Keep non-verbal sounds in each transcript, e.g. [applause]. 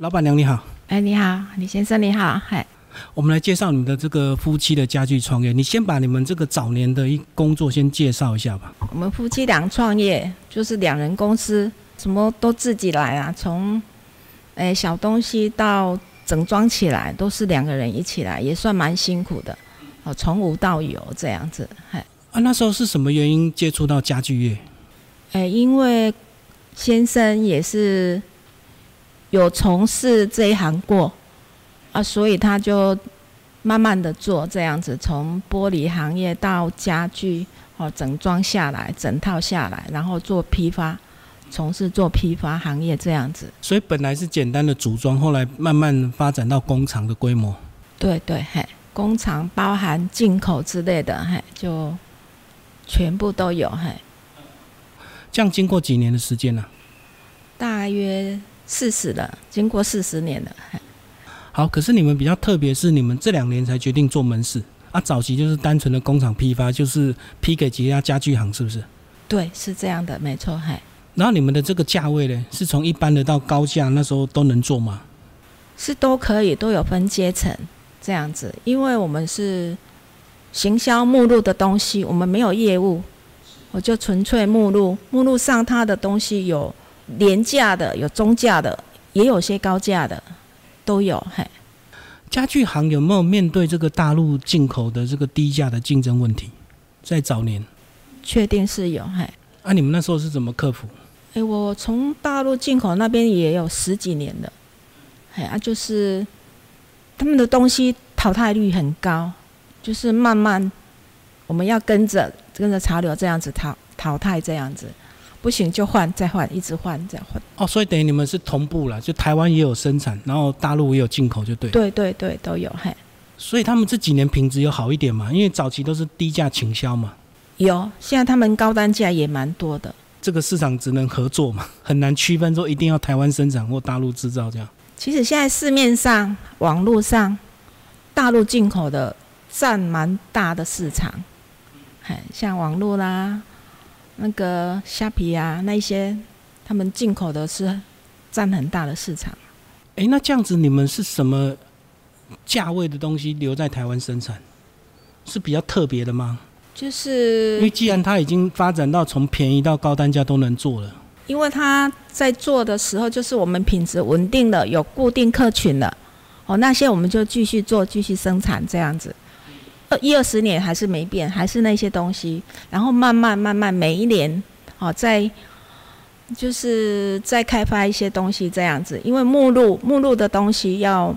老板娘你好，哎，你好，李先生，你好，嗨，我们来介绍你的这个夫妻的家具创业。你先把你们这个早年的一工作先介绍一下吧。我们夫妻俩创业，就是两人公司，什么都自己来啊，从，哎，小东西到整装起来，都是两个人一起来，也算蛮辛苦的，哦，从无到有这样子，嗨，啊，那时候是什么原因接触到家具业？哎，因为先生也是有从事这一行过，啊，所以他就慢慢的做这样子，从玻璃行业到家具哦，整装下来，整套下来，然后做批发，从事做批发行业这样子。所以本来是简单的组装，后来慢慢发展到工厂的规模。对对，嘿，工厂包含进口之类的，嘿，就全部都有，嘿，这样经过几年的时间呢、啊大约四十了，经过四十年了，嘿，好，可是你们比较特别，是你们这两年才决定做门市啊，早期就是单纯的工厂批发，就是批给其他家具行，是不是？对，是这样的，没错，嘿。然后你们的这个价位呢，是从一般的到高价，那时候都能做吗？是都可以，都有分阶层这样子，因为我们是行销目录的东西，我们没有业务，我就纯粹目录，目录上它的东西有廉价的，有中价的，也有些高价的，都有，嘿。家具行有没有面对这个大陆进口的这个低价的竞争问题？在早年，确定是有，嘿。啊，你们那时候是怎么克服？哎，我从大陆进口那边也有十几年了，哎啊，就是他们的东西淘汰率很高，就是慢慢我们要跟着跟着潮流这样子淘淘汰这样子，不行就换再换，一直换再换。哦，所以等于你们是同步了，就台湾也有生产，然后大陆也有进口，就对。。对对对，都有嘿，所以他们这几年品质有好一点嘛？因为早期都是低价倾销嘛，有。现在他们高单价也蛮多的，这个市场只能合作嘛，很难区分说一定要台湾生产或大陆制造这样。其实现在市面上、网络上，大陆进口的占蛮大的市场，哎，像网络啦、那个虾皮啊那一些，他们进口的是占很大的市场。诶，那这样子你们是什么价位的东西留在台湾生产？是比较特别的吗？因就为是既然它已经发展到从便宜到高单价都能做了，因为他在做的时候，就是我们品质稳定了，有固定客群了，哦，那些我们就继续做，继续生产这样子。二一二十年还是没变，还是那些东西，然后慢慢慢慢每一年，哦，再就是再开发一些东西这样子，因为目录目录的东西要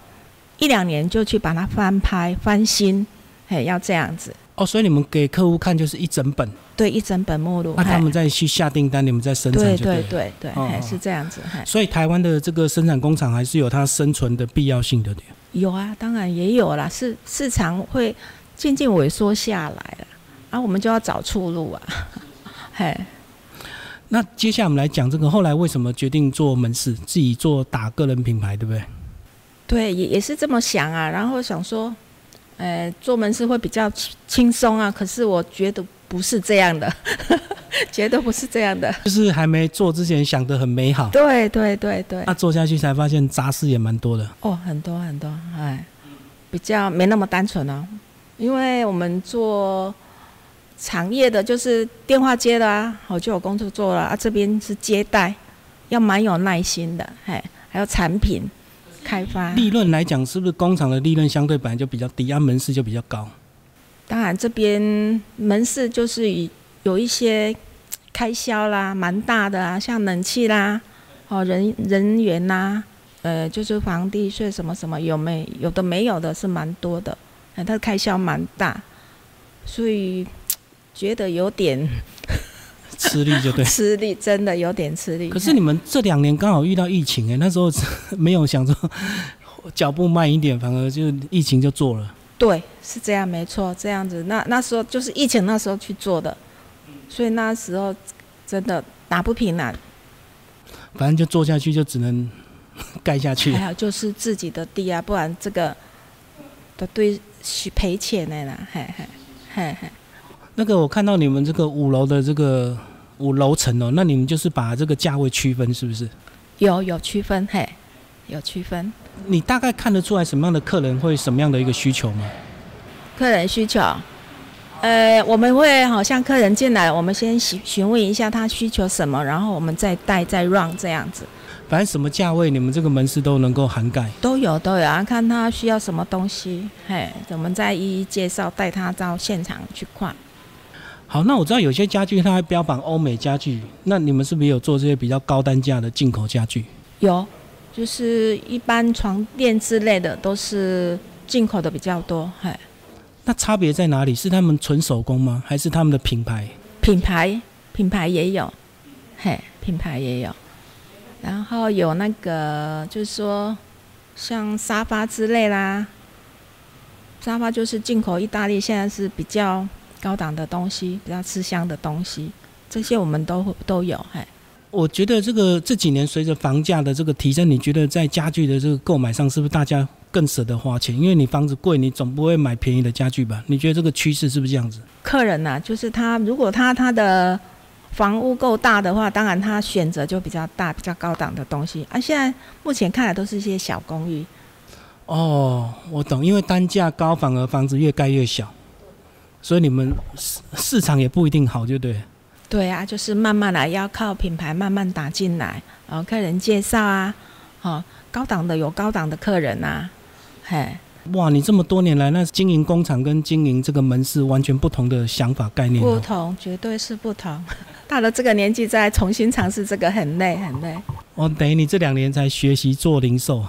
一两年就去把它翻拍翻新，嘿，要这样子，哦，所以你们给客户看就是一整本，对，一整本目录，那、他嘿们再去下订单，你们再生产对就对对了。对对，哦嘿哦是这样子，嘿。所以台湾的这个生产工厂还是有它生存的必要性的。对有啊，当然也有啦，市市场会渐渐萎缩下来了，啊，我们就要找出路啊， [laughs] 嘿，那接下来我们来讲这个后来为什么决定做门市，自己做打个人品牌，对不对？对，也也是这么想啊，然后想说，呃，做门市会比较轻轻松啊，可是我觉得不是这样的， [laughs] 觉得不是这样的，就是还没做之前想得很美好，对对对对，那做下去才发现杂事也蛮多的。哦，很多很多，哎，比较没那么单纯哦，因为我们做产业的，就是电话接的啊，我就有工作做了啊，这边是接待，要蛮有耐心的，嘿，还有产品开发，利润来讲，是不是工厂的利润相对本来就比较低，啊，门市就比较高？当然这边门市就是以有一些开销啦，蛮大的啊，像冷气啦，哦人人员啦，呃，就是房地税什么什么有没有的没有的是蛮多的，哎，它的开销蛮大，所以觉得有 [laughs] 点吃力就对。吃力，真的有点吃力。可是你们这两年刚好遇到疫情、哎，那时候是没有想说 [laughs] 脚步慢一点，反而就疫情就做了。对，是这样，没错，这样子。那那时候就是疫情那时候去做的，所以那时候真的打不平啊，反正就做下去，就只能 [laughs] 盖下去。还好就是自己的地啊，不然这个的对是赔钱的啦，嘿嘿嘿嘿。那个我看到你们这个五楼的这个五楼层哦，那你们就是把这个价位区分是不是？有有区分嘿，有区分。你大概看得出来什么样的客人会什么样的一个需求吗？客人需求，呃，我们会好像客人进来，我们先询询问一下他需求什么，然后我们再带再 run 这样子，反正什么价位你们这个门市都能够涵盖。都有都有啊，看他需要什么东西，嘿，我们再一一介绍，带他到现场去看。好，那我知道有些家具它还标榜欧美家具，那你们是不是也有做这些比较高单价的进口家具？有，就是一般床垫之类的都是进口的比较多，嘿，那差别在哪里？是他们纯手工吗？还是他们的品牌？品牌品牌也有，嘿，品牌也有，然后有那个就是说像沙发之类啦，沙发就是进口意大利，现在是比较高档的东西，比较吃香的东西，这些我们都会都有，嘿。我觉得这个这几年随着房价的这个提升，你觉得在家具的这个购买上，是不是大家更舍得花钱？因为你房子贵，你总不会买便宜的家具吧？你觉得这个趋势是不是这样子？客人呐、就是他如果他他的房屋够大的话，当然他选择就比较大、比较高档的东西。啊，现在目前看来都是一些小公寓，哦，我懂，因为单价高，反而房子越盖越小，所以你们市市场也不一定好，就对了。对啊，就是慢慢来，要靠品牌慢慢打进来，哦，客人介绍啊，哦，高档的有高档的客人呐、啊，嘿，哇，你这么多年来，那经营工厂跟经营这个门市完全不同的想法概念、不哦。同，绝对是不同。 [laughs] 到了这个年纪再重新尝试这个很累很累。哦，等于你这两年才学习做零售，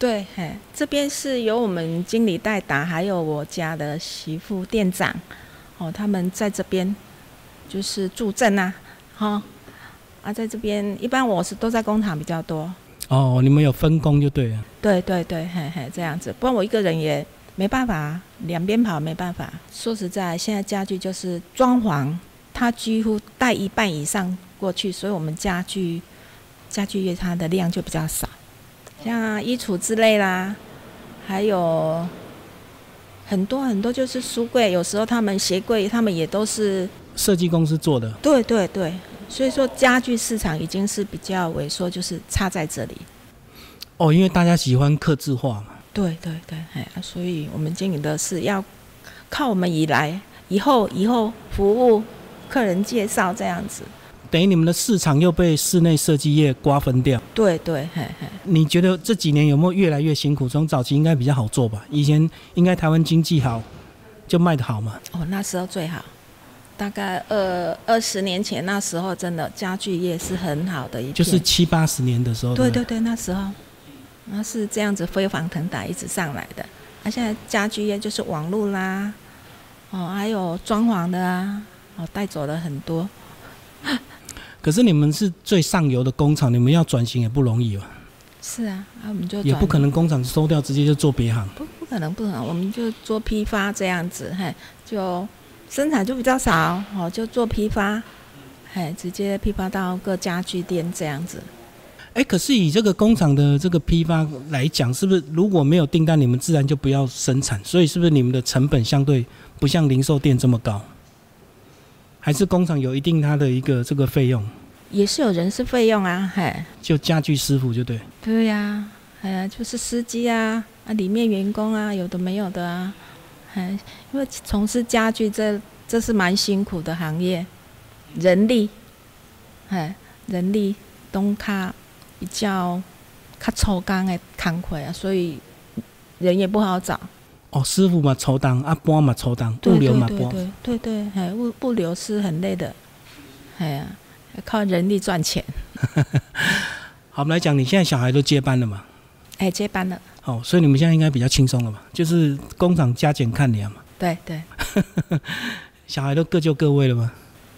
对，嘿，这边是由我们经理代打，还有我家的媳妇店长，哦，他们在这边就是助阵呐、啊，哈、啊，在这边一般我是都在工厂比较多，哦，你们有分工就对了。对对对，嘿嘿，这样子，不然我一个人也没办法啊，两边跑没办法。说实在，现在家具就是装潢，它几乎带一半以上过去，所以我们家具家具业它的量就比较少，像衣橱之类啦，还有很多很多就是书柜，有时候他们鞋柜他们也都是，设计公司做的，对对对，所以说家具市场已经是比较萎缩，就是差在这里。哦，因为大家喜欢刻字化嘛。对对对，哎，啊所以我们经营的是要靠我们以来、以后、以后服务客人介绍这样子。等于你们的市场又被室内设计业瓜分掉。对对，嘿嘿，你觉得这几年有没有越来越辛苦？从早期应该比较好做吧，以前应该台湾经济好就卖得好嘛。哦，那时候最好，大概二二十年前那时候，真的家具业是很好的一片。就是七八十年的时候，对不对对，那时候那是这样子飞黄腾达一直上来的。啊，现在家居业就是网络啦，哦，还有装潢的啊，哦，带走了很多。可是你们是最上游的工厂，你们要转型也不容易吧？是啊，啊，我们就也转不可能工厂收掉直接就做别行。不不可能，不可能，我们就做批发这样子，嘿，就生产就比较少，哦，就做批发，嘿，直接批发到各家具店这样子。哎，可是以这个工厂的这个批发来讲，是不是如果没有订单，你们自然就不要生产？所以是不是你们的成本相对不像零售店这么高？还是工厂有一定它的一个这个费用，也是有人事费用啊，嘿，就家具师傅就对。对呀、哎呀，就是司机啊，啊，里面员工啊，有的没有的啊，哎，因为从事家具这这是蛮辛苦的行业，人力，哎，人力东卡比较较粗工的工课啊，所以人也不好找，哦，师傅嘛抽档，啊搬嘛抽档，物流嘛对搬。对对对，哎，物物流是很累的，哎呀、要靠人力赚钱，好，我们来讲，你现在小孩都接班了嘛？哎，接班了，好、所以你们现在应该比较轻松了吧？就是工厂加减看啊粮嘛，对对小孩都各就各位了嘛。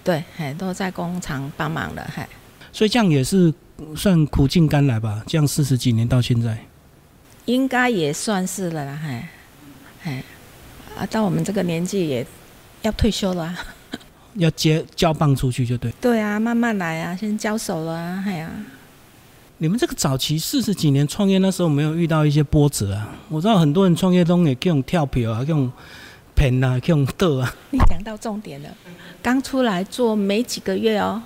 对，哎，都在工厂帮忙了，哎。所以这样也是呃算苦尽甘来吧。这样四十几年到现在，应该也算是了啦，嘿，嘿，啊，到我们这个年纪也要退休了、啊，要接交棒出去就对。 [laughs] 对啊，慢慢来啊，先交手了啊，嘿啊，你们这个早期四十几年创业那时候，没有遇到一些波折啊？我知道很多人创业中也各种跳票啊，各种骗啊，各种倒啊。你讲到重点了，刚出来做没几个月哦，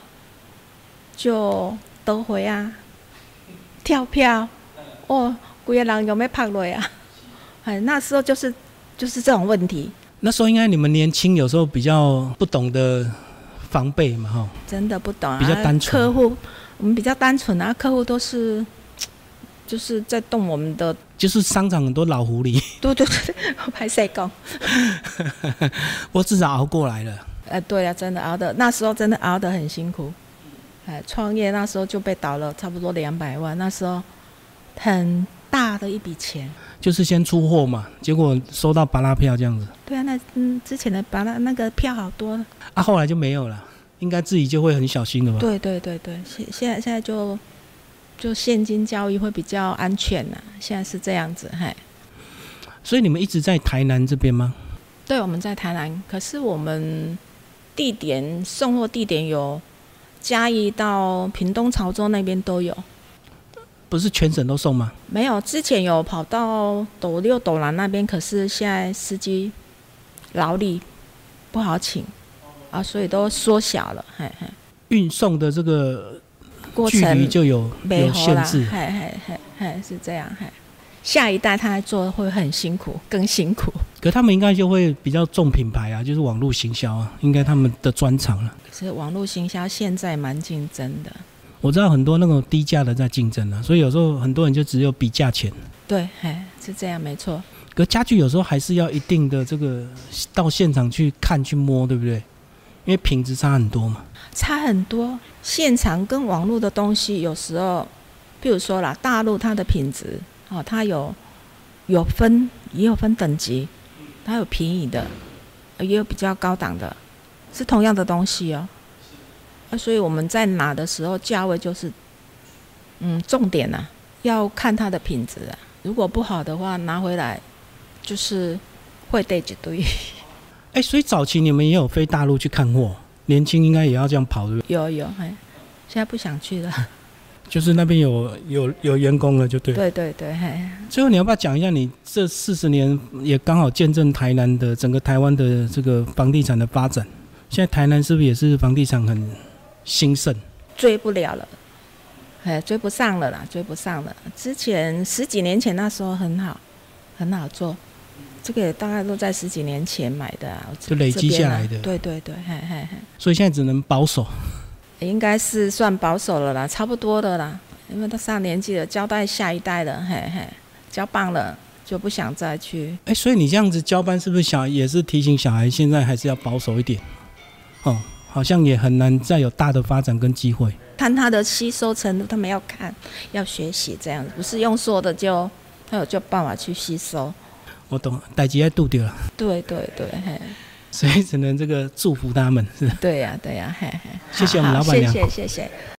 就都回啊，跳票，哦，规个人有没拍落啊？哎，那时候就是就是这种问题，那时候应该你们年轻，有时候比较不懂得防备嘛，哈。真的不懂啊。比较单纯客户我们比较单纯啊，客户都是就是在动我们的，就是商场很多老狐狸， [laughs] 对对对， [laughs] 我拍谁讲？我至少熬过来了。哎，对啊，真的熬的，那时候真的熬得很辛苦。哎，创业那时候就被倒了，差不多两百万，那时候很大的一笔钱。就是先出货嘛，结果收到巴拉票这样子，对啊，那嗯之前的把那那个票好多了。啊，后来就没有了，应该自己就会很小心了吧？对对对对，现现在现在就就现金交易会比较安全呐、啊现在是这样子，嘿。所以你们一直在台南这边吗？对，我们在台南，可是我们地点送货地点有嘉义到屏东潮州那边都有，不是全省都送吗？没有之前有跑到斗六斗南那边，可是现在司机劳力不好请啊，所以都缩小了，嘿嘿，运送的这个过距离程就有没有好限啦，制嘿，嘿嘿嘿，是这样，嘿。下一代他来做会很辛苦，更辛苦。 [laughs] 可他们应该就会比较重品牌啊，就是网络行销啊，应该他们的专长啊了、可是网络行销现在蛮竞争的，我知道很多那种低价的在竞争啊，所以有时候很多人就只有比价钱。对，嘿，是这样，没错。可家具有时候还是要一定的这个到现场去看去摸，对不对？因为品质差很多嘛。差很多。现场跟网络的东西，有时候，比如说啦，大陆它的品质哦，它有有分，也有分等级，它有便宜的，呃也有比较高档的，是同样的东西哦。啊，所以我们在拿的时候，价位就是，嗯，重点呐、要看它的品质、啊。如果不好的话，拿回来就是会对一堆。哎，所以早期你们也有飞大陆去看货，年轻应该也要这样跑，对不对？有有，嘿，现在不想去了。就是那边有有有员工了，就对。对对对，嘿。最后你要不要讲一下，你这四十年也刚好见证台南的整个台湾的这个房地产的发展？现在台南是不是也是房地产很兴盛？追不了了，哎，追不上了啦，追不上了。之前十几年前那时候很好，很好做，这个也大概都在十几年前买的、啊，就累积这边啊下来的对对对，嘿嘿嘿，所以现在只能保守。应该是算保守了啦，差不多的啦，因为他上年纪了，交代下一代了，嘿嘿，交棒了就不想再去。哎，所以你这样子交班，是不是小也是提醒小孩现在还是要保守一点？哦，好像也很难再有大的发展跟机会。看他的吸收程度，他们要看，要学习这样子，不是用说的就他有就办法去吸收。我懂，代际在度掉了，对对对，嘿。所以只能这个祝福他们。是的对呀、对呀、嘿嘿，谢谢我们好老好板娘谢谢谢谢。